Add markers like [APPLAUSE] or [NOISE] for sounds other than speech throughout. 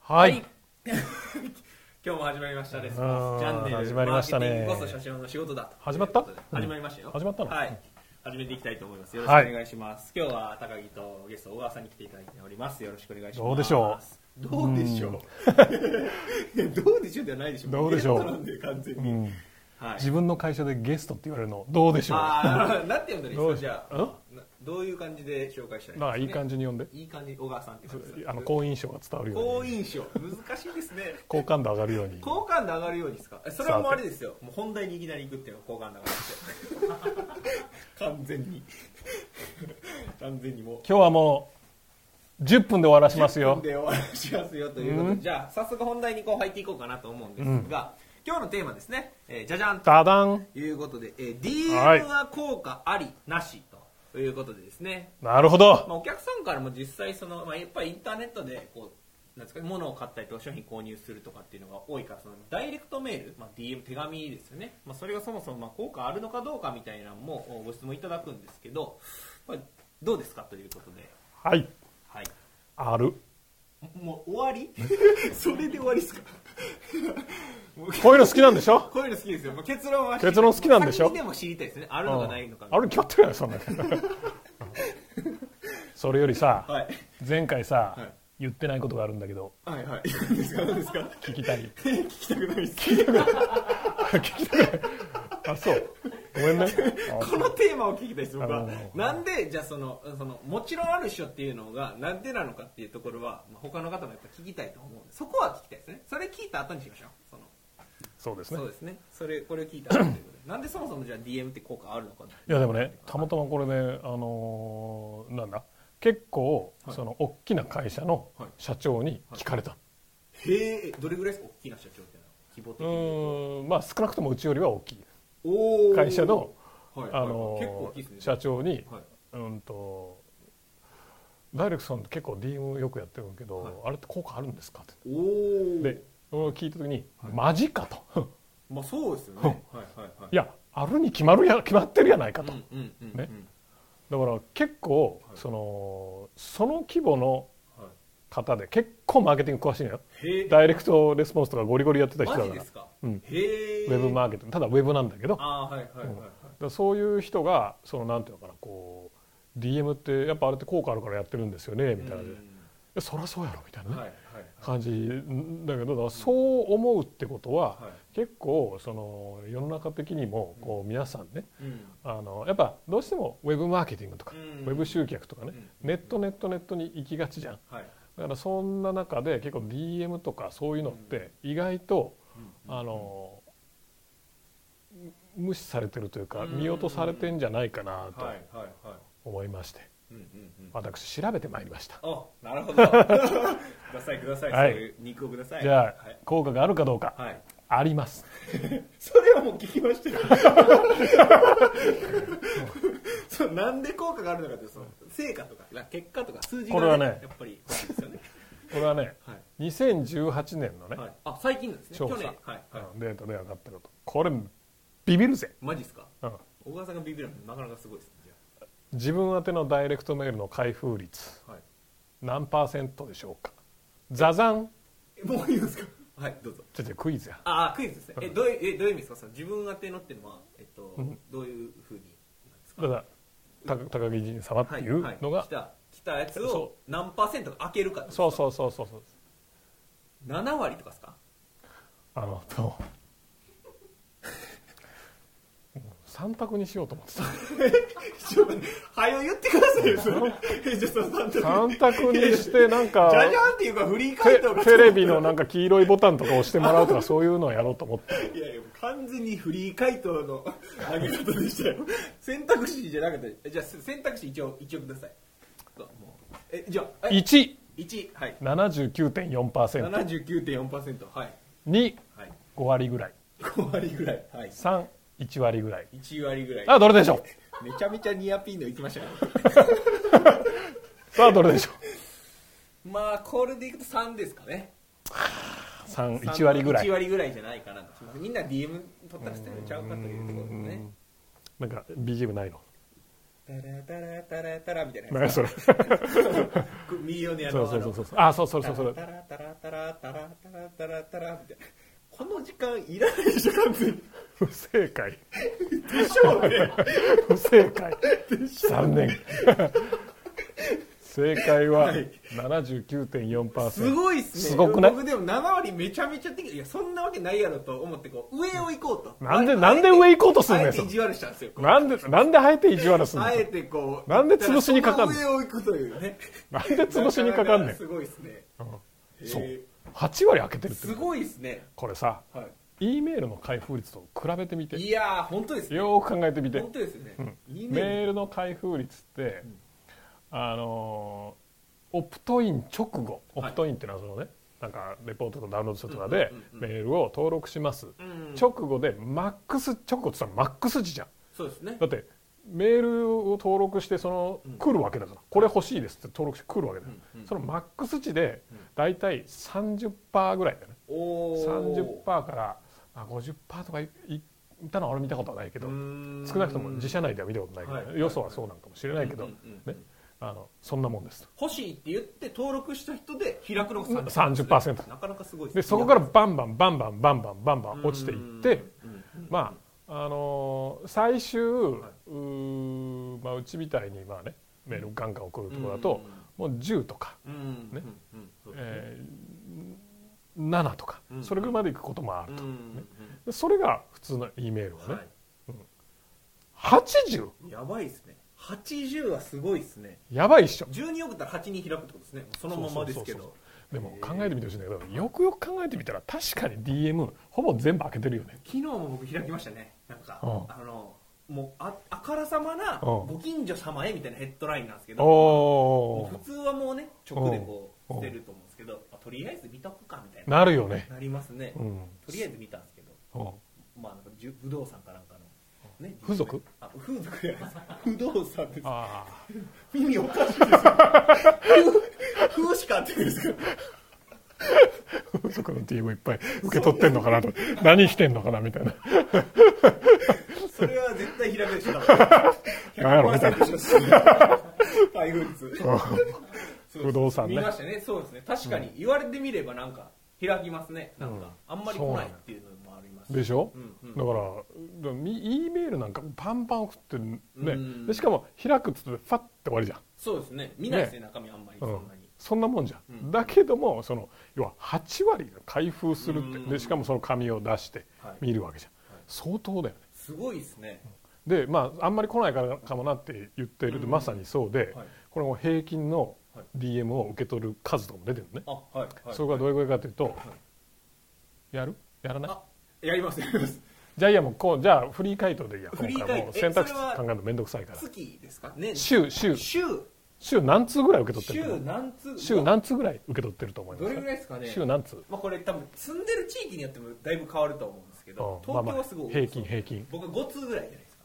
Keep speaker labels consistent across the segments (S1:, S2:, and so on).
S1: はい。
S2: 今日も始まりましたです。ジ
S1: あー
S2: ャンネル
S1: 始まりましたね
S2: マーケティングこそ社長の仕事だと
S1: 始まった
S2: ということで始まりましたよ。
S1: 始まったの
S2: はい。始めていきたいと思います。よろ
S1: は
S2: し
S1: い
S2: くお願いします。今日は高木とゲスト小川さんに来ていただいております。よろしくお願いします。
S1: どうでしょ
S2: う。どうでしょう。いや [LAUGHS] どうでしょうじゃないでしょ。
S1: どうでしょう
S2: ゲストなんで完全に。
S1: うん
S2: はい。
S1: 自分の会社でゲストって言われるのどうでしょう
S2: ああ、なんて呼んだらいい
S1: ど
S2: で
S1: う
S2: すか。じゃあ
S1: ん
S2: などういう感じで紹介したらいいですかね
S1: まあいい感じに呼んで
S2: いい感じ小川さんって感じですか。
S1: あの好印象が伝わるよ
S2: 好
S1: うに
S2: 印象難しいですね。
S1: 好感度上がるように
S2: 好感度上がるようにですかえそれはもうあれですよもう本題にいきなり行くっていうのが好感度上がるんですよ完全に完全にもう
S1: 今日はもう10分で終わらします
S2: 10分
S1: よ
S2: で終わらしますよということで、
S1: うん
S2: じゃあ早速本題にこう入っていこうかなと思うんですが、今日のテーマですね、えーじゃじゃんと
S1: ダダン
S2: いうことで、えー
S1: はい
S2: DM は効果ありなしということでですね、
S1: なるほど
S2: まあ、お客さんからも実際その、まあ、やっぱりインターネットでこうなんですかね物を買ったりとか商品購入するとかっていうのが多いからそのダイレクトメール、まあ、DM 手紙ですよね、まあ、それがそもそもまあ効果あるのかどうかみたいなのもご質問いただくんですけど、まあ、どうですかということで、
S1: はい
S2: はい、
S1: ある
S2: もう終わり [LAUGHS] それで終わりですかもう
S1: こういうの好きなんでしょ
S2: こういうの好きですよ、まあ、結論は知り
S1: 結論好きなんでしょ
S2: 先にでも知りたいですねあるのかないのか
S1: うんあるに決まってるやろそんな [LAUGHS] のそれよりさ
S2: はい、
S1: 前回さ
S2: はい
S1: 言ってないことがあるんだけど
S2: はいはいどうですかどうですか
S1: 聞きたい
S2: [LAUGHS] 聞きたくないです
S1: あそうごめんねあ
S2: このテーマを聞きたいです僕
S1: あ
S2: は
S1: の
S2: なんでじゃあそのそのもちろんあるっしょっていうのがなんでなのかっていうところは、まあ、他の方もやっぱ聞きたいと思うんでそこは聞きたいですねそれ聞いた後にしましょうその
S1: そうですね
S2: そうですねそれこれ聞いた後ということで [LAUGHS] なんでそもそもじゃあ DM って効果あるのか
S1: いやでもねたまたまこれね、あのーなんだ結構、
S2: はい
S1: その大きな会社の
S2: はい
S1: 社長に聞かれた、
S2: へえどれぐらいですか大きな社長っていうのは希望的
S1: う
S2: に
S1: ーんまあ少なくともうちよりは大きい
S2: おー
S1: 会社の、
S2: はい
S1: あの
S2: はい結構大きい
S1: ー
S2: ですね
S1: 社長に、
S2: はい、
S1: うんとダイレクトさんって結構 DM よくやってるけど、
S2: はい
S1: あれって効果あるんですかって
S2: おお
S1: で俺が聞いた時に、マジかと [LAUGHS]
S2: まあそうですよねはいはいはい
S1: いやあるに決まるや決まってるやないかと、
S2: うんうんうんうん、
S1: ねだから結構、
S2: はい
S1: そのその規模の
S2: は
S1: 方で結構マーケティング詳しいのよ
S2: い、へえ
S1: ダイレクトレスポンスとかゴリゴリやってた人
S2: マ
S1: だ
S2: ジ
S1: か
S2: で
S1: ら
S2: す、か
S1: うん、
S2: へえ
S1: ウェブマーケットただウェブなんだけどだか
S2: ああはいはいはいはい、
S1: らそういう人がそのなんていうのかなこう DM ってやっぱあれって効果あるからやってるんですよねみたいなで、いやそりゃそうやろみたいな
S2: うん
S1: ね、
S2: はいはいはい
S1: 感じんだけどだからそう思うってことは、
S2: は
S1: 結構その世の中的にもこう皆さんね
S2: いうん
S1: あのやっぱどうしてもウェブマーケティングとか、
S2: うん
S1: ウェブ集客とかね、
S2: うん
S1: ネットネットネットに行きがちじゃん
S2: はい
S1: だからそんな中で結構 DM とかそういうのって意外と、
S2: うん
S1: あの無視されてるというか
S2: うん
S1: 見落とされてんじゃないかなと
S2: はいはいは
S1: 思いまして
S2: いうんうんうん
S1: 私調べてまいりました
S2: あなるほどくださいください、
S1: はい
S2: そういう肉をください
S1: じゃあ
S2: はい、
S1: 効果があるかどうか
S2: はい、
S1: あります
S2: それはもう聞きましたよそうなんで効果があるのかってその成果とか結果とか数字が、
S1: これはね
S2: やっぱりそうですよね
S1: これはね
S2: はい
S1: 2018年のね
S2: はい、あ最近なんですね去
S1: 調査
S2: 年はいはい、
S1: うんデータで上がってるとこれビビるぜ
S2: マジっすか
S1: うん
S2: 小川さんがビビるのなかなかすごいですねじゃ
S1: 自分宛てのダイレクトメールの開封率
S2: あ、はい、
S1: 何パーセントでしょうかザザン
S2: えもう言うんですかはいどうぞ
S1: ちょっとクイズや
S2: ああクイズですねえどういうえどういう意味ですかその自分宛てのっていうのは、えっとどういうふうになんですか
S1: ただた高木陣様っていうのが
S2: 来た来たやつを
S1: そ
S2: 何パーセント開けるかってことですか
S1: そうそうそうそうそう
S2: 7割とかですか
S1: あのと三択にしようと思ってた
S2: [LAUGHS] ちょっとはよ言ってくだ [LAUGHS] さいよそれえじゃあその3択
S1: 三択にしてなんか
S2: じゃじゃんっていうかフリー回
S1: テ
S2: [LAUGHS] 答が
S1: テレビのなんか黄色いボタンとか押してもらうとかそういうのをやろうと思って
S2: いやいや完全にフリー回答の上げ方でしたよ [LAUGHS] 選択肢じゃなくてえじゃあ選択肢一応一応くださいそうもうえじゃあえ1はい
S1: 179.4%
S2: 79.4%はい
S1: 2
S2: はい
S1: 5割ぐらい
S2: 5割ぐらいはい
S1: 31割ぐらい
S2: 1割ぐらい
S1: さあどれでしょう
S2: めちゃめちゃニアピンのいきましたね
S1: さあどれでしょ
S2: まあこれでいくと3ですかね
S1: う31割ぐら
S2: 1
S1: い
S2: 割ぐらいじゃないかなとみんな DM 取ったら捨てるんちゃうかというところですね
S1: なんか BGM ないの
S2: タラタラタラタラみたいな
S1: 何
S2: やつ
S1: それ
S2: ミリオネア
S1: そ
S2: の
S1: う
S2: あ
S1: そう
S2: の
S1: そうそうあそうそうそうそれ
S2: タラタラタラタラタラタラタラみたいなこの時間いらないでしょ完全に
S1: 不正解
S2: でしょうね
S1: 不正解
S2: でしょ
S1: 残念正解は
S2: はい
S1: 79.4%
S2: すごいっすね
S1: すごくない
S2: 僕でも7割めちゃめちゃ的いやそんなわけないやろと思ってこう上を行こうと
S1: なんで
S2: あえて
S1: なんで上行こうとすんのよ
S2: あえて意地悪したんですよこう
S1: なんでなんであえて意地悪すんの
S2: あえてこう
S1: なんで潰しにかかんの
S2: その上を行くというね
S1: なんで [LAUGHS] 潰しにかかんねん
S2: ななすごいっすね
S1: うんそう
S2: え
S1: 8割開けて
S2: ー
S1: るって
S2: すごいっすね
S1: これさ
S2: は
S1: E メールの開封率と比べてみて
S2: いいやー本当ですね
S1: よーく考えてみて
S2: 本当ですよね、いい
S1: メ
S2: ね
S1: ールの開封率って、あのーオプトイン直後オ
S2: はい
S1: プトインっていうのはそのね、なんかレポートとかダウンロードしたとかで
S2: うんうんうん
S1: メールを登録します、
S2: うん
S1: 直後でマックス直後って言ったらマックス時じゃん
S2: そうですね
S1: だってメールを登録してその
S2: うん
S1: 来るわけだから、これ欲しいですって登録して来るわけだよ、
S2: うんうん
S1: そのマックス値で
S2: ん
S1: 大体30%ぐらいだよね
S2: お
S1: 30%からあ50%とかいいったのは俺見たことはないけど少なくとも自社内では見たことないけどね、
S2: はい
S1: よそはそうなのかもしれないけど、
S2: うんうんうん
S1: ね、あのそんなもんです
S2: 欲しいって言って登録した人で開くのが
S1: 30%
S2: 30%なかなかすごいす
S1: で
S2: ね
S1: そこからバンバンバンバンバンバンバンバン落ちていって
S2: うんうん
S1: まああのー最終、
S2: いう
S1: ーまあ、うちみたいにまあ、ね、メールガンガン送るところだと、もう10とか、
S2: うんうん
S1: ね
S2: うんうんそうですね
S1: えー7とか、
S2: うん
S1: それぐらいまでいくこともあると、
S2: うん
S1: でそれが普通の E メールは
S2: うん
S1: ね、
S2: は
S1: 80?
S2: いやばいですね80はすごいですね
S1: やばいっしょ
S2: 12億だったら8人開くってことですねそのままですけ
S1: そうそうそうで
S2: ど
S1: も考えてみてほしいんだけどよくよく考えてみたら確かに DM ほぼ全部開けてるよね
S2: 昨日も僕開きましたねなんか
S1: うん
S2: あのもうああからさまな
S1: うん
S2: ご近所様へみたいなヘッドラインなんですけど
S1: お
S2: もう普通はもうね直でこう
S1: うん
S2: 捨てると思うんですけど、まあとりあえず見とくかみたいな
S1: なるよね
S2: なりますね、
S1: うん
S2: とりあえず見たんですけど、
S1: うん
S2: まあ、なんかじゅ武道産かなんかの、ね、
S1: 風俗
S2: あ風
S1: [LAUGHS]
S2: 俗じゃないです不動産です
S1: あ
S2: 耳おかしいですよ [LAUGHS] 風風しか合ってるんですけど
S1: あ [LAUGHS] 風俗の DM いっぱい受け取ってんのかなと何してんのかなみたいな
S2: それは絶対開くでしょ
S1: 何やろみたいな
S2: 100%でしょ開封率そう
S1: 不動産ね
S2: 見ましたねそうですね確かに言われてみればなんか開きますねなんか、
S1: うん
S2: あんまり来ないっていうのもあります
S1: でしょ、
S2: うんうん
S1: だからみ E メールなんかバンバン送ってるね、
S2: うん
S1: でしかも開くっつってファッて終わりじゃん
S2: そうですね見ないですね中身あんまりそ
S1: うんん
S2: なに、
S1: そんなもんじゃん、
S2: うん
S1: だけどもその要は8割が開封するって、
S2: うん
S1: でしかもその紙を出して
S2: はい
S1: 見るわけじゃん、
S2: はい
S1: 相当だよね
S2: すごいですね
S1: でまああんまり来ないからかもなって言っていると
S2: うん
S1: まさにそうで、
S2: はい
S1: これも平均の
S2: はい
S1: DM を受け取る数とかも出てるのね、
S2: あはい、はい、
S1: それがどれぐらいかというと、やるやらない
S2: あやりますやります
S1: じゃあいいやもうこうじゃあフリー回答でいいや
S2: フリー
S1: 今回
S2: 回答
S1: もう
S2: え
S1: 選択肢
S2: それは
S1: 考えるの面倒くさいから
S2: 月ですかね
S1: 週週
S2: 週
S1: 週何通ぐらい受け取って
S2: 週
S1: るの
S2: 何通
S1: 週何通ぐらい受け取ってると思います
S2: どれぐらいですかね
S1: 週何通
S2: まあこれ多分住んでる地域によってもだいぶ変わると思うんですけど
S1: うんまあ
S2: 東
S1: ま
S2: 京
S1: あ
S2: はすごい多い
S1: 平
S2: です
S1: 均平均
S2: 僕は5通ぐらいじゃないですか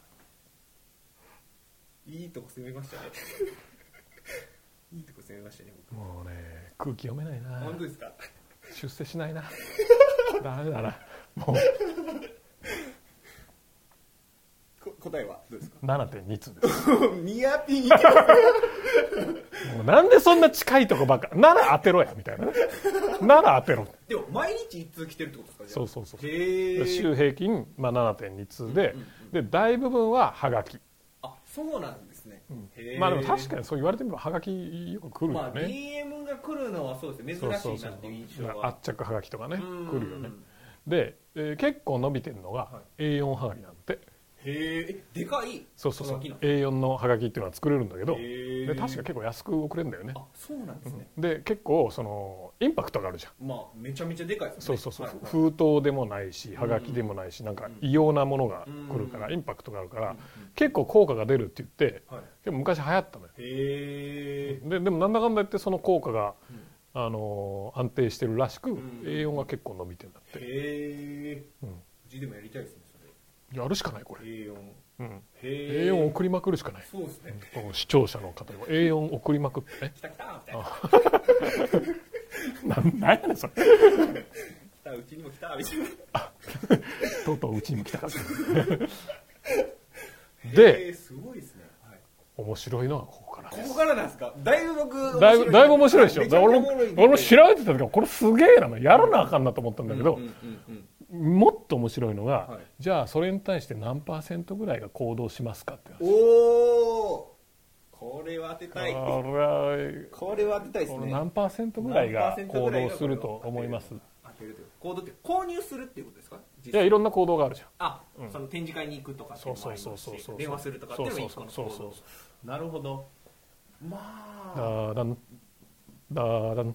S2: いいとこ攻めましたね [LAUGHS] いいとこ攻めましたね僕
S1: もうね空気読めないな
S2: 本当ですか
S1: 出世しない [LAUGHS] なダメだなもう
S2: こ答えはどうですか
S1: 7.2通です
S2: [LAUGHS] ニアピン [LAUGHS]
S1: もうなんでそんな近いとこばっかなら当てろやみたいなねなら当てろ
S2: でも毎日1通来てるってことですかじゃ
S1: そう
S2: あ
S1: そうそう
S2: へえ
S1: 週平均、まあ、7.2通で,、
S2: うんうん
S1: で大部分はハガキ
S2: あそうなんですね、へえ
S1: まあでも確かにそう言われてみればハガキよく来る
S2: ま
S1: よ
S2: あ、
S1: ね、
S2: DM が来るのはそうです
S1: そう
S2: ね珍
S1: そう
S2: しい
S1: そ
S2: な
S1: う
S2: っていう印象
S1: あっ
S2: は
S1: ちゃくハガキとかね
S2: うん
S1: 来るよねで、えー結構伸びてるのが
S2: は
S1: A4 ハガキなんて、
S2: へーえでかい
S1: そうそうそう
S2: ハガキなんだ
S1: A4 のハガキっていうのは作れるんだけど
S2: へ
S1: で
S2: ー
S1: 確か結構安く送れるんだよね
S2: あそうなんですね、
S1: で結構そのインパクトがあるじゃん
S2: まあめちゃめちゃでかいです
S1: そ
S2: ね
S1: うそうそう、
S2: はいはい
S1: 封筒でもないしはがきでもないし、なんか異様なものが来るから、
S2: う
S1: インパクトがあるから、
S2: うん
S1: 結構効果が出るって言って
S2: はい
S1: 結構昔流行ったのよ
S2: へ
S1: ででもなんだかんだ言ってその効果が、
S2: ん
S1: あのー安定してるらしく、
S2: ん
S1: A4 が結構伸びてんだって、
S2: えへえ
S1: うん
S2: うちでもやりたいですねそ
S1: やるしかないこれ
S2: れ、A4
S1: うん、
S2: へえ
S1: A4 送りまくるしかない、
S2: そうですね
S1: この視聴者の方にも A4 送りまくってね
S2: 来た来たみたいな
S1: [LAUGHS] なんなんやねんそれ
S2: 来たうちにも来たみたいな
S1: とうとううちにも来たから
S2: へ
S1: [LAUGHS] で
S2: ーすごいですねはい
S1: お面白いのはここから
S2: こ
S1: です
S2: こからなんですかだいぶ僕
S1: だいぶだいぶ面白いでしょ
S2: めちゃくちゃ
S1: 俺
S2: おも
S1: も
S2: ろいんで
S1: 俺も調べてた時はこれすげえなのやらなあかんなと思ったんだけど、
S2: うんうんうん
S1: もっと面白いのが、
S2: はい
S1: じゃあそれに対して何パーセントぐらいが行動しますかって
S2: うん
S1: 話
S2: おおこれは当てたい
S1: これは
S2: これは当てたいです
S1: こ
S2: ね
S1: れ何パーセントぐらいが
S2: 何パーセント
S1: 行
S2: ぐらい
S1: 動
S2: が
S1: すると思います
S2: 当てるという行動って購入するっていうことですか実
S1: いや
S2: 際
S1: いろんな行動があるじゃん
S2: あ、
S1: うん
S2: その展示会に行くとかっていうのもありますし
S1: そうそうそうそうそう
S2: 電話するとかっていうのも一個の行動
S1: そうそうそう
S2: なるほどまあ
S1: だーだんだーだんだ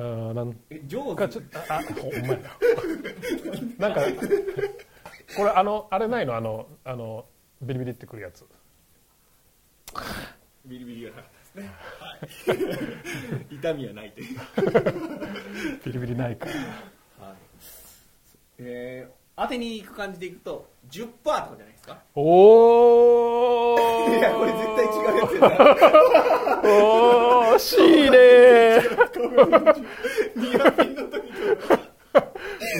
S1: ーだん
S2: え上
S1: か
S2: 手
S1: ちょっとあほんまや [LAUGHS] ななんかこれあのあれないのあのあのビリビリってくるやつ
S2: ビリビリがなかったですね、
S1: [LAUGHS]
S2: はい、痛みはないという、
S1: ビリビリないか
S2: はいえー、当てに行く感じでいくと10%とかじゃないですか
S1: おお
S2: いやこれ絶対違うやつやな
S1: おーしいね
S2: ニアピンの時と
S1: ー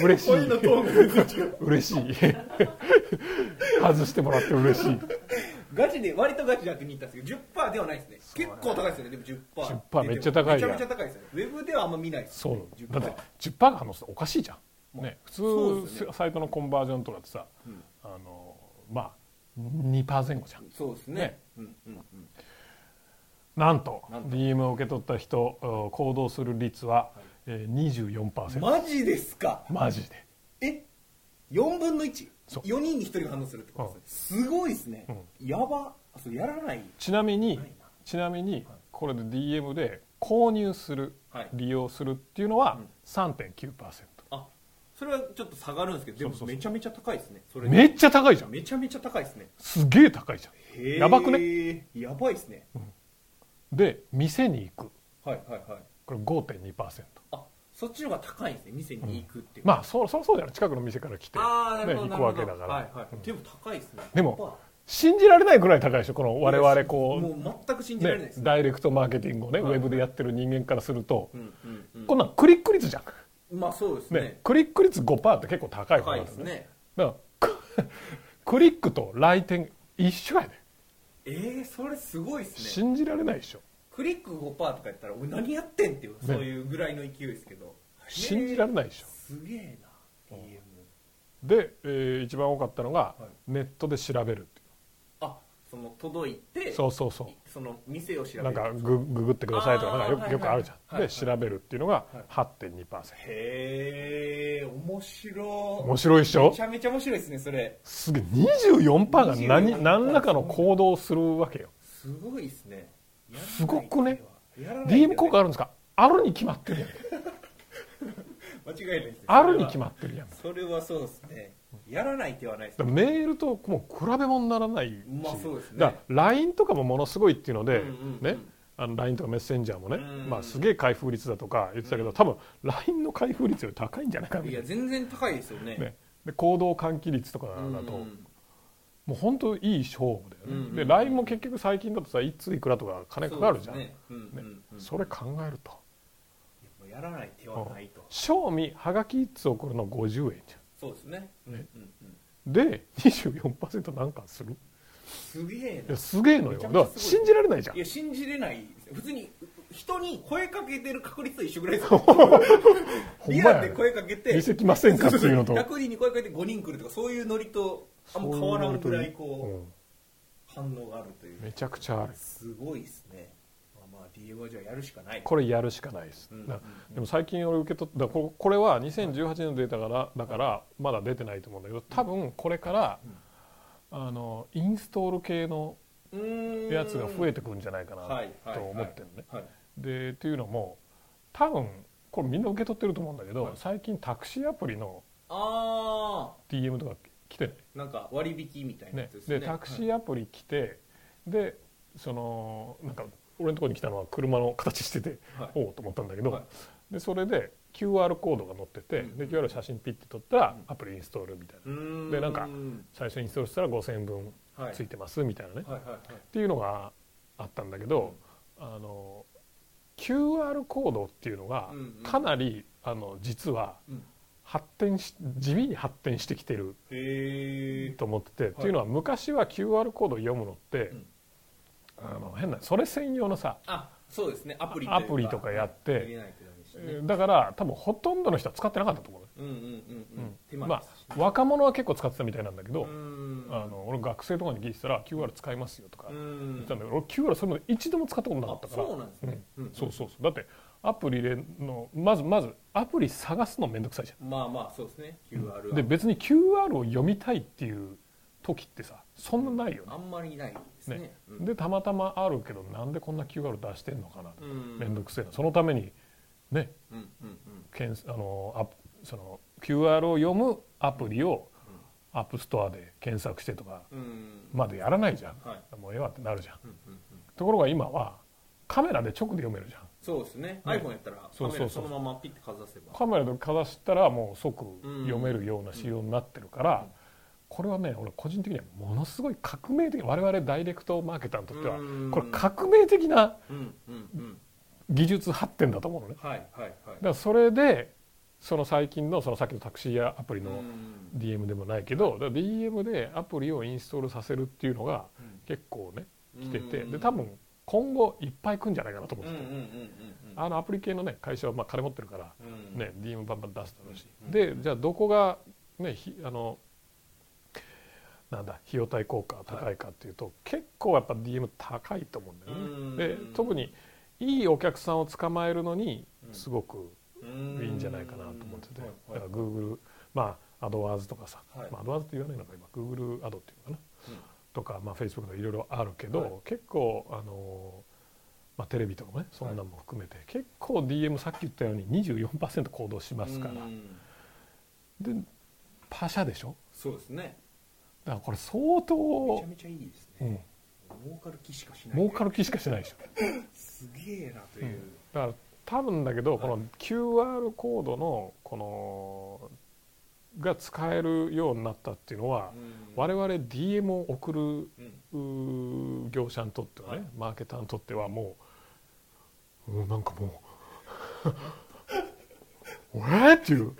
S1: 嬉し
S2: 声の
S1: い
S2: トーンが全然違う
S1: 嬉しい [LAUGHS] 外してもらって嬉しい
S2: ガチで割とガチで当てに行ったんですけど10%ではないですね結構高いですよねでも 10%,
S1: 10%めっちゃ高い
S2: めち
S1: やん
S2: ゃめちゃ高いですよねウェブではあんま見ないです
S1: そうだ
S2: 10%
S1: って10%が反応するのおかしいじゃん、ね、
S2: そ
S1: 普
S2: うです
S1: 通、
S2: ね
S1: サイトのコンバージョンとかってさ、
S2: ん
S1: あのまあ2%前後じゃん
S2: そうですね
S1: ね
S2: うんうんうん
S1: なんと
S2: なんと
S1: DM を受け取った人うん行動する率は、えー、24%、
S2: マジですか
S1: マジで
S2: え4分の1
S1: そう
S2: 4人に1人が反応するってことですねすごいですね、やばあそれやらない
S1: ちなみに
S2: ないな
S1: ちなみにこれで DM で購入する、
S2: はい
S1: 利用するっていうのは
S2: うん
S1: 3.9%、
S2: あそれはちょっと下がるんですけどでも
S1: そうそうそう
S2: めちゃめちゃ高いですねそれ
S1: めっちゃ高いじゃん
S2: めちゃめちゃ高いですね
S1: すげえ高いじゃん
S2: へー
S1: やばく
S2: やばいですね、
S1: で店に行く
S2: はいはいはい
S1: これ5.2%
S2: あそっちの方が高いんですね店に行くっていう、
S1: まあそそりゃそうじゃない近くの店から来て、
S2: ああな
S1: ね、
S2: るほ
S1: 行
S2: どな
S1: く
S2: るほ
S1: わ
S2: ど
S1: けだから、
S2: はいはい
S1: うん
S2: でも高いですね
S1: でも信じられないぐらい高いでしょこの我々こ
S2: もう全く信
S1: う、
S2: じられない
S1: ね
S2: です、ね
S1: ダイレクトマーケティングをね、
S2: はい
S1: ウェブでやってる人間からすると、
S2: うんうんうん
S1: こんなんクリック率じゃん、
S2: まあそうです
S1: ね
S2: ね
S1: クリック率5%って結構高い方
S2: 高
S1: ないん
S2: で
S1: だよ
S2: す
S1: ね
S2: ね
S1: だからククリックと来店一緒やね
S2: えー、それすごいですね
S1: 信じられないでしょ
S2: クリック5%とか言ったら俺何やってんっていう
S1: ね
S2: そういうぐらいの勢いですけど
S1: 信じら
S2: れ
S1: れないでしょ、
S2: すげえな DM
S1: で、えー一番多かったのが、
S2: い
S1: ネットで調べるってい
S2: あその届いて
S1: うそうそうそう
S2: その店を調べる
S1: なんかグググってくださいとかなんかよ
S2: あ
S1: く
S2: ー
S1: よくあるじゃん、
S2: はいはい
S1: で調べるっていうのが
S2: はい
S1: 8.2%、
S2: へえ面白
S1: 面白いでしょ
S2: めちゃめちゃ面白いですねそれ
S1: すげえ24%が
S2: 24%
S1: 何何らかの行動をするわけよ
S2: すごいですねやらない
S1: すごくね
S2: やらない
S1: DM 効果あるんですかあるに決まってるやん
S2: 間違いないですね
S1: あるに決まってるやん
S2: それはそうですねやらない手はないです
S1: だからメールともう比べ物にならないし、
S2: まあそうですね
S1: だから LINE とかもものすごいっていうので、
S2: うんうんうん
S1: ねあの LINE とかメッセンジャーもね、
S2: うんうん
S1: まあ、すげえ開封率だとか言ってたけど、多分 LINE の開封率より高いんじゃないかみ
S2: い
S1: たい
S2: や全然高いですよね
S1: な、ね、で行動喚起率とかだと、
S2: うんうん
S1: もう本当いい勝負だよね、
S2: うんうん
S1: で LINE も結局最近だとさいついくらとか金かかるじゃん
S2: そう
S1: そ,、
S2: ですねうんうんうん
S1: れ考えると
S2: もうやらない手はないと
S1: 賞味はがき1つ送るの50円じゃ
S2: そうですねうんうん
S1: ね
S2: うん
S1: んで24%なんかする
S2: すげえ
S1: い
S2: な
S1: やすげえのよ
S2: めちゃ
S1: だ
S2: め
S1: か
S2: ちゃすご
S1: ら
S2: い
S1: 信じられないじゃん
S2: いや信じれないですよ普通に人に声かけてる確率と一緒ぐらいですよ
S1: ほん
S2: リ
S1: ま
S2: ア
S1: や
S2: ルで声かけて
S1: 見せきませんかっていうのと
S2: 100人に声かけて5人来るとかそういうノリとあんま変わらんぐらいこ
S1: う
S2: う反応があるとい
S1: んめ
S2: う
S1: ちゃくちゃある
S2: すごいですねまあまあ DM はじゃあやるしかない
S1: これやるしかないです、
S2: うん
S1: なでも最近俺受け取っただここれは2018年のデータからだからまだ出てないと思うんだけど多分これから、あのインストール系の
S2: うーん
S1: やつが増えて
S2: て
S1: くるんじゃないかな
S2: はいはい
S1: と思ってるね、
S2: はい
S1: でっていうのも多分これみんな受け取ってると思うんだけど、
S2: はい
S1: 最近タクシーアプリの
S2: あ
S1: DM とか来て
S2: あなんか割引みたいな
S1: ね
S2: やつですね
S1: でタクシ
S2: はい
S1: ーアプリ来て、でそのなんか俺のところに来たのは車の形してて、
S2: はい
S1: おおと思ったんだけど、
S2: はい
S1: でそれで QR コードが載ってて、
S2: うん
S1: で QR 写真ピッて撮ったら、アプリインストールみたいな、
S2: うー
S1: でなんか最初インストールしたら5000円分
S2: はい
S1: ついてますみたいなね、っ
S2: はいはいはい
S1: ていうのがあったんだけど、あの QR コードっていうのが
S2: うんうん
S1: かなりあの実は
S2: うん
S1: 発展し地味に発展してきてる
S2: へえ
S1: と思ってて、っていうのは昔は QR コードを読むのって、
S2: ん
S1: あの変なそれ専用のさ
S2: あそうですねアプリ
S1: アプリとかやって
S2: 入れないとダメでしたね
S1: だから多分ほとんどの人は使ってなかったと思う
S2: うんうんうんうん手間
S1: ま
S2: ですし
S1: あ若者は結構使ってたみたいなんだけど、
S2: うん
S1: あの俺学生とかに聞いてたら QR 使いますよとか
S2: う
S1: 言っ
S2: ん
S1: てたんだけど俺 QR それまで一度も使ったことなかったから
S2: あそうなんですね
S1: うん
S2: うん
S1: そうそうそうだってアプリ入れんのまずまずアプリ探すのめんどくさいじゃん
S2: まあまあそうですね QR
S1: で別に QR を読みたいっていう時ってさそんなないよね
S2: あんまりないですね
S1: ね
S2: うん
S1: でたまたまあるけどなんでこんな QR 出してんのかな
S2: うん
S1: 面倒くせえなそのためにね
S2: うんうんうん
S1: けんあのアップその QR を読むアプリをアップストアで検索してとか
S2: うん
S1: までやらないじゃん、
S2: はい
S1: もうええわってなるじゃん
S2: うんうんうん
S1: ところが今はカメラで直で読めるじゃん
S2: そうですね
S1: ね
S2: iPhone やったら
S1: そ
S2: カ
S1: う
S2: メ
S1: そうそ
S2: ラそうのままピッてかざせば
S1: カメラでかざしたらもう即読めるような仕様になってるから、
S2: うん
S1: これはね俺個人的にはものすごい革命的我々ダイレクトマーケターにとっては
S2: うん
S1: これ革命的な
S2: うんうんうん
S1: 技術発展だと思うのねだか
S2: はいはいはい
S1: らそれでその最近のそのさっきのタクシーやアプリ
S2: う
S1: の
S2: ん
S1: DM でもないけどだから DM でアプリをインストールさせるっていうのが
S2: うん
S1: 結構ね来てて
S2: うん
S1: で多分今後いっぱい来るんじゃないかなと思
S2: うん
S1: う
S2: うんんう
S1: で
S2: ん
S1: すよ
S2: うん
S1: あのアプリ系のね会社はまあ金持ってるから
S2: うん
S1: ね、DM バンバン出すだろうし、
S2: うん
S1: でじゃあどこが、ね、ひあのなんだ費用対効果が高いかっていうと、結構やっぱ DM 高いと思うんだよね。
S2: うん
S1: で特にいいお客さんを捕まえるのに
S2: うん
S1: すごく
S2: うん
S1: いいんじゃないかなと思ってて、
S2: はい
S1: だか
S2: は
S1: ら
S2: い
S1: Google まあアドワーズとかさ、
S2: はい
S1: まあ、アドワーズって言わないのか今 Google アドっていうのかな、
S2: うん
S1: とか、まあ、Facebook とかいろいろあるけど、
S2: はい
S1: 結構あのーまあ、テレビとかもねそんなんも含めて、結構 DM さっき言ったように24%行動しますから、
S2: うん
S1: でパシャでしょ
S2: そうですね
S1: だからこれ相当、
S2: めちゃめちゃいいです
S1: う
S2: ね
S1: ん、
S2: 儲かる気しかしない
S1: 儲かる気しかしないでしょ
S2: すげえなという
S1: だから多分だけど
S2: い
S1: この QR コードのこのが使えるようになったっていうのは
S2: うん
S1: 我々 DM を送る
S2: う
S1: う
S2: ん
S1: ー業者にとってはね、
S2: はい
S1: マーケターにとってはもううんなんかも [LAUGHS] うえっっていう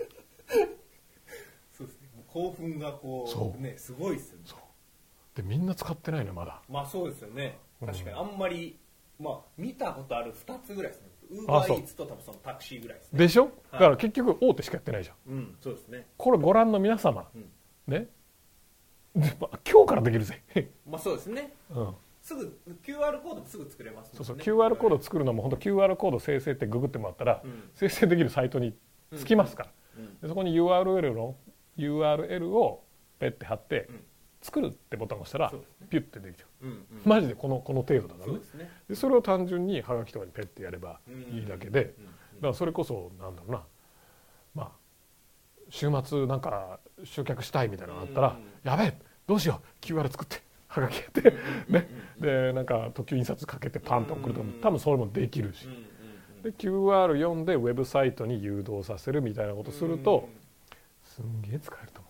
S2: そうですねもう興奮がこ
S1: そう
S2: うねすごいですよね
S1: でみんな使ってないのまだ
S2: まあそうですよね
S1: うん
S2: 確かにあんまりまあ見たことある2つぐらいですねウー
S1: あ
S2: バ
S1: そ
S2: ー
S1: う
S2: イーツと多分そのタクシーぐらいですね
S1: でしょだから結局大手しかやってないじゃん
S2: うんそうですね
S1: これご覧の皆様
S2: うん
S1: ねでまあ今日からできるぜ、 [LAUGHS]
S2: まあそうですね
S1: うん、
S2: すぐ QR コードすぐ作れますもん
S1: そう
S2: ね
S1: そう QR コード作るのも本当 QR コード生成ってググってもらったら、
S2: うん
S1: 生成できるサイトにつきますから、
S2: うん
S1: でそこに URL の URL をペッて貼って、
S2: うん
S1: 作るってボタンを押したら、
S2: そうですね
S1: ピュッてできちゃう
S2: うんうん
S1: マジでこのこの程度だから
S2: そう
S1: ね
S2: ですね
S1: でそれを単純にハガキとかにペッてやればいいだけで、
S2: うん
S1: だからそれこそなんだろうなまあ週末なんか集客したいみたいなのがあったら、
S2: う
S1: やべえどうしよう QR 作ってはがきやって [LAUGHS] ね
S2: うん
S1: でなんか特急印刷かけてパンと送るとかも
S2: うん
S1: 多分それもできるし
S2: うんうんう
S1: で
S2: ん
S1: QR 読んでウェブサイトに誘導させるみたいなことする
S2: う
S1: と
S2: ん
S1: すんげえ使えると思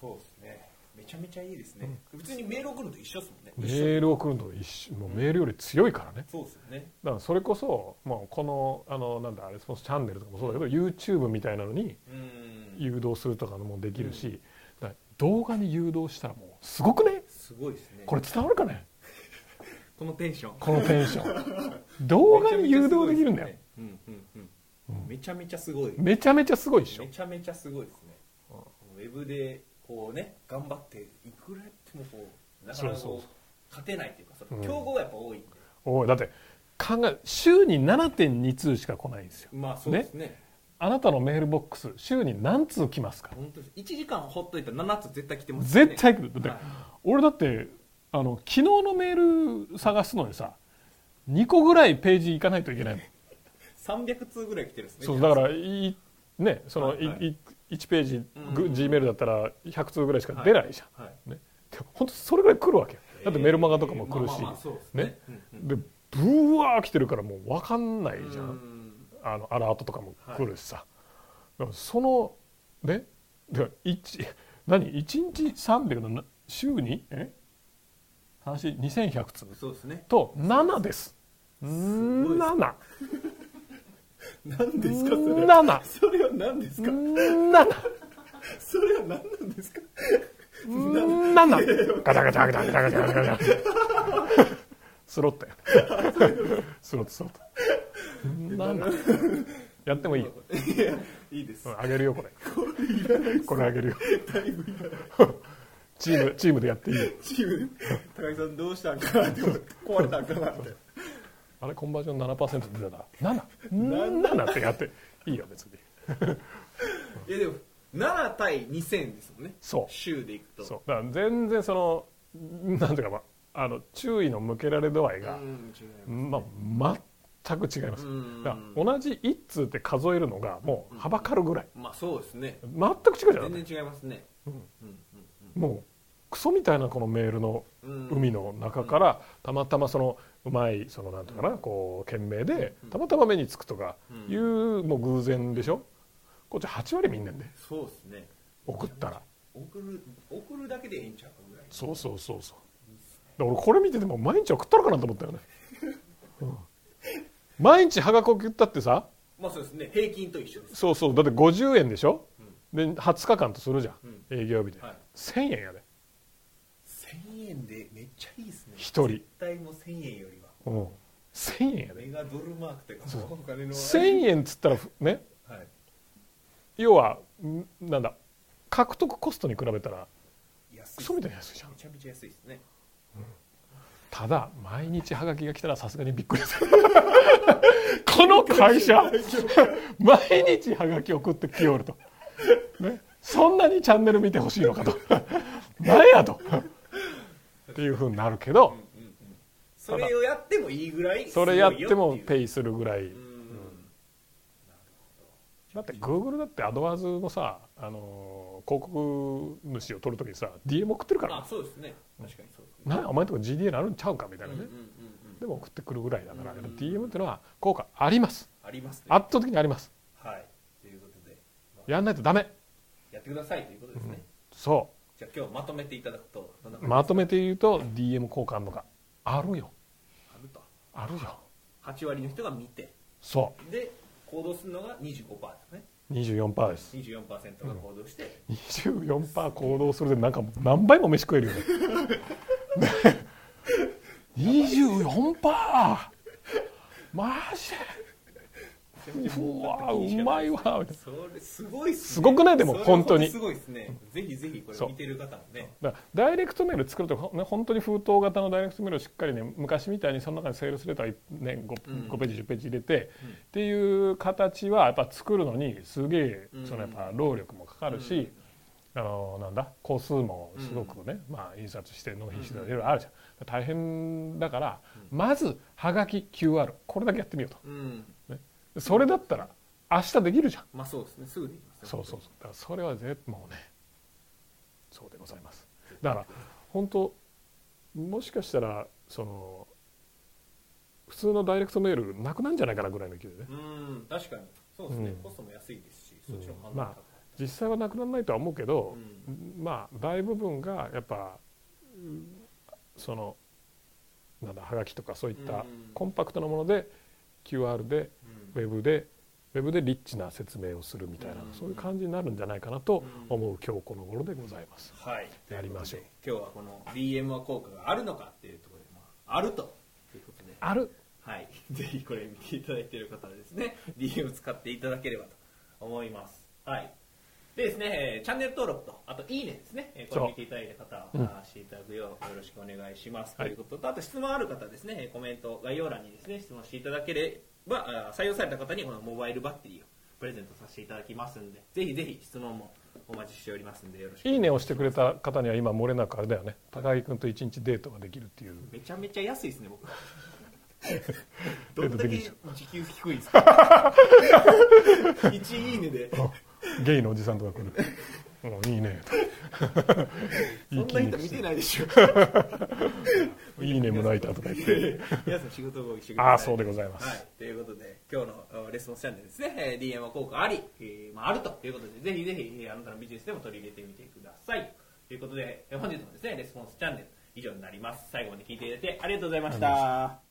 S2: そうですねめちゃめちゃいいですね別にメール送るのと一緒ですもんね
S1: うよメール送るのと一緒もうメールより強いからね
S2: そうですよね
S1: だからそれこそもうこのあのなんだレスポンスチャンネルとかもそうだけど YouTube みたいなのに
S2: うん
S1: 誘導するとかもできるし、だから動画に誘導したらもうすごくね
S2: すごいですね
S1: これ伝わるかね
S2: このテンション
S1: このテンショ [LAUGHS] ン動画に誘導できるんだよ
S2: うんうんうんめちゃめちゃすごい
S1: めちゃめちゃすごいでしょ
S2: めちゃめちゃすごいですねウェブでこうね頑張っていくらやってもこうなかなか
S1: そうそう
S2: こう勝てないっていうかそ
S1: うん
S2: の競合がやっぱ多いんで
S1: おいだって考え週に7.2通しか来ないんですよ
S2: まあそうですね
S1: あなたのメールボックス週に何通来ますか
S2: 本当です1時間ほっといたら7つ絶対来てますよね
S1: 絶対来るだって、
S2: はい
S1: 俺だってあの昨日のメール探すのにさ2個ぐらいページ行かないといけないもん
S2: 300通ぐらい来てるんですね
S1: そうだからいねその、
S2: はい
S1: い
S2: はい
S1: い1ページ、グ
S2: うん
S1: G メールだったら100通ぐらいしか出ないじゃん、
S2: はい
S1: ね、でも本当それぐらい来るわけよだってメルマガとかも来るし、
S2: まあまあまあそうですねうんうん
S1: でブワー来てるからもう分かんないじゃん、
S2: うん
S1: あのアラートとかも来るしさ、だからそのねで一何一日300のな週にえ話2100通
S2: そうですね
S1: と7です
S2: ごいです
S1: 7
S2: 何ですかそれは
S1: 7
S2: それは何ですか
S1: 7
S2: それは何なんですか
S1: なんなんガチャガチャガチャガチャガチャガチャ。スロットやスロットスロットなんかやってもいいよ
S2: いやいいです
S1: うんあげるよこれこれあげるよ
S2: だいぶいらない
S1: チームチームでやっていいよ
S2: チーム高木さんどうしたんかなって思って壊れたんかなって
S1: あれコンバージョン7%出たな 77?7 ってやっていいよ別に
S2: いやでも7対2000ですもんね
S1: そう
S2: 週でいくと
S1: そうだから全然そのなんていうか、まあ、あの注意の向けられ度合いが
S2: う、ん違います
S1: まあ、全く違います、
S2: うん
S1: だから同じ1通って数えるのがもうはばかるぐらい、
S2: まあそうですね
S1: 全く違うじゃ
S2: 全
S1: ない、
S2: 然違いますね
S1: うん、
S2: うん
S1: もうクソみたいなこのメールの
S2: うんうん
S1: 海の中からたまたまそのうまいそのなんていうかなこう件名で
S2: うん
S1: たまたま目につくとか
S2: うん
S1: いうもう偶然でしょこっち8割みんなんで
S2: そうですね
S1: 送ったら
S2: 送る送るだけでいいんちゃうかぐらい
S1: そうそうそうそうだから俺これ見てても毎日送ったのかなと思ったよね、うん毎日はがこ送ったってさ
S2: まあそうですね平均と一緒です
S1: そうそうだって50円でしょ、で20日間とするじゃん、
S2: うん
S1: 営業日で、
S2: はい
S1: 1000円やで
S2: 1000円でめっちゃいいですね
S1: 1
S2: 絶
S1: 人、
S2: 対もう1000円よりは
S1: うん、1000円やで
S2: メガドルマークというか
S1: そう
S2: お金の
S1: 1000円っつったらね
S2: はい
S1: 要はんなんだ獲得コストに比べたら
S2: 安い
S1: クソみたいな安いじゃん
S2: めちゃめちゃ安いですね
S1: ただ毎日はがきが来たらさすがにびっくりする [LAUGHS] この会社毎日はがき送ってきよると、ね、そんなにチャンネル見てほしいのかとなんやとっていうふうになるけど
S2: うんうんそれをやってもいいぐらい
S1: それやっても
S2: イ
S1: ペイするぐらい
S2: うん
S1: だって Google だってアドワーズのさ、あのー広告主を取るときにさ DM 送ってるから
S2: あそうですね確かにそうですね
S1: なんやお前んとこ GDN あるんちゃうかみたいな
S2: うん
S1: ね、
S2: うんうんうん
S1: でも送ってくるぐらいだから、
S2: うん
S1: DM っていうのは効果あります
S2: ありますね
S1: 圧倒的にあります
S2: はいということでまあ
S1: やんないとダメ
S2: やってくださいということですね
S1: そ
S2: じゃあ今日まとめていただくとどんな
S1: う
S2: 感じ
S1: まとめて言うと DM 効果あるのかあるよ
S2: あると
S1: あるよ
S2: 8割の人が見て
S1: そ
S2: で行動するのが25%ですね
S1: う24%です
S2: 24%が行動して、
S1: 24%行動するでなんか何倍も飯食えるよねね24%マジでうわうまいわ
S2: それすごいっすね
S1: すごくないでも
S2: それ
S1: 本当に
S2: すごいですねぜひぜひこれ
S1: そう
S2: 見てる方もね
S1: だからダイレクトメール作るとほ、ね、本当に封筒型のダイレクトメールをしっかりね昔みたいにその中にセールスレター、ね 5,
S2: うん
S1: 5ページ10ページ入れて、
S2: うん
S1: っていう形はやっぱ作るのにすげえ
S2: うん
S1: そのやっぱ労力もかかるし、あのなんだ個数もすごくね、まあ、印刷して納品してたりいろいろあるじゃん大変だから、まずはがき QR これだけやってみよう
S2: うん、
S1: と、ね、それだったら明日できるじゃん
S2: まあそうですねすぐできます
S1: そうそうそうだからそれはぜもうねそうでございますだから本当もしかしたらその普通のダイレクトメールなくなんじゃないかなぐらいの勢いでね
S2: うん確かにそうですね、
S1: うん
S2: コストも安いですしそっちの
S1: うん
S2: 反応も高い、
S1: まあ実際はなくならないとは思うけど、
S2: う
S1: まあ大部分がやっぱうんそのなんだはがきとかそういっ
S2: うんう
S1: た
S2: ん
S1: コンパクトなもので QR でウ
S2: うん
S1: ェブでウェブでリッチな説明をするみたいな
S2: うん
S1: そういう感じになるんじゃないかなと思う今日この頃でございます。
S2: はい
S1: やりましょう
S2: ということで今日はこの DM は効果があるのかっていうところで、まあ、あるということで
S1: ある
S2: はい、 [LAUGHS] ぜひこれ見ていただいている方はですね、DM [LAUGHS] を使っていただければと思います。はい。でですね、えーチャンネル登録と、あといいねですね、えーこ
S1: そう
S2: れ見ていただいた方は、
S1: うん
S2: あーしていただくようよろしくお願いします、
S1: はい
S2: ということと、あと質問ある方はですね、えーコメント、概要欄にですね、質問していただければ、あー採用された方にこのモバイルバッテリーをプレゼントさせていただきますんで、ぜひぜひ質問もお待ちしておりますんで、よろしくお願
S1: いい
S2: しま
S1: ね
S2: す
S1: をしてくれた方には今漏れなくあれだよね高木君と一日デートができるっていう
S2: めちゃめちゃ安いですね、 [LAUGHS] 僕。
S1: ど
S2: ど
S1: ん
S2: ん
S1: だ
S2: だ
S1: け
S2: け
S1: 時
S2: 時給低いんですか [LAUGHS] 一いいねで。
S1: あゲイのおじさんとか来
S2: [LAUGHS]
S1: るうんいいね
S2: そん
S1: [LAUGHS]
S2: な人見てないでしょ。
S1: いいね胸板とか言って
S2: 皆さん仕事動きしてください。
S1: ああそうでございます、
S2: はい。ということで、今日のあレスポンスチャンネルですね、えー DM は効果あり、えーまあ、あるということで、ぜひぜひ、えーあなたのビジネスでも取り入れてみてください。ということで、えー本日のですね、レスポンスチャンネル以上になります。最後まで聞いていただいてありがとうございました。